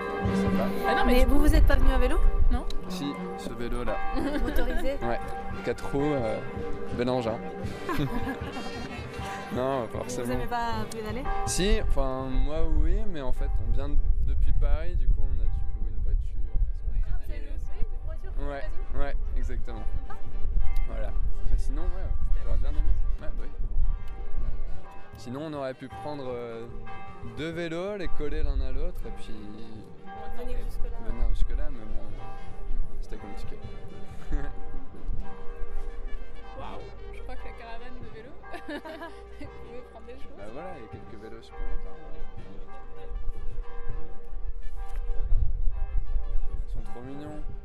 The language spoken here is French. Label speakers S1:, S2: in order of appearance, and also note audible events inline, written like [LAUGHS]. S1: pas.
S2: Ah non,
S3: Mais
S2: mais,
S3: vous, vous êtes pas venu à
S2: [LAUGHS]
S3: vélo
S1: Si, ce vélo là,
S3: Motorisé
S1: 4 roues, euh, bel
S3: [LAUGHS]
S1: engin. non, forcément.
S3: Vous aimez pas pédaler
S1: Si, enfin moi oui, mais en fait on vient de- depuis Paris, du coup on a dû louer une voiture.
S3: ah,
S1: Ouais, ouais, exactement. Voilà. Mais sinon, ouais, j'aurais bien aimé. Ouais, bah oui. Sinon, on aurait pu prendre euh, deux vélos, les coller l'un à l'autre et puis
S3: Venir jusque-là.
S1: venir jusque-là, mais bon, c'était compliqué.
S2: Waouh, je crois que la caravane de vélo. [LAUGHS] vous pouvez prendre des choses.
S1: Bah voilà, il y a quelques vélos supplémentaires. ouais. Ils sont trop mignons.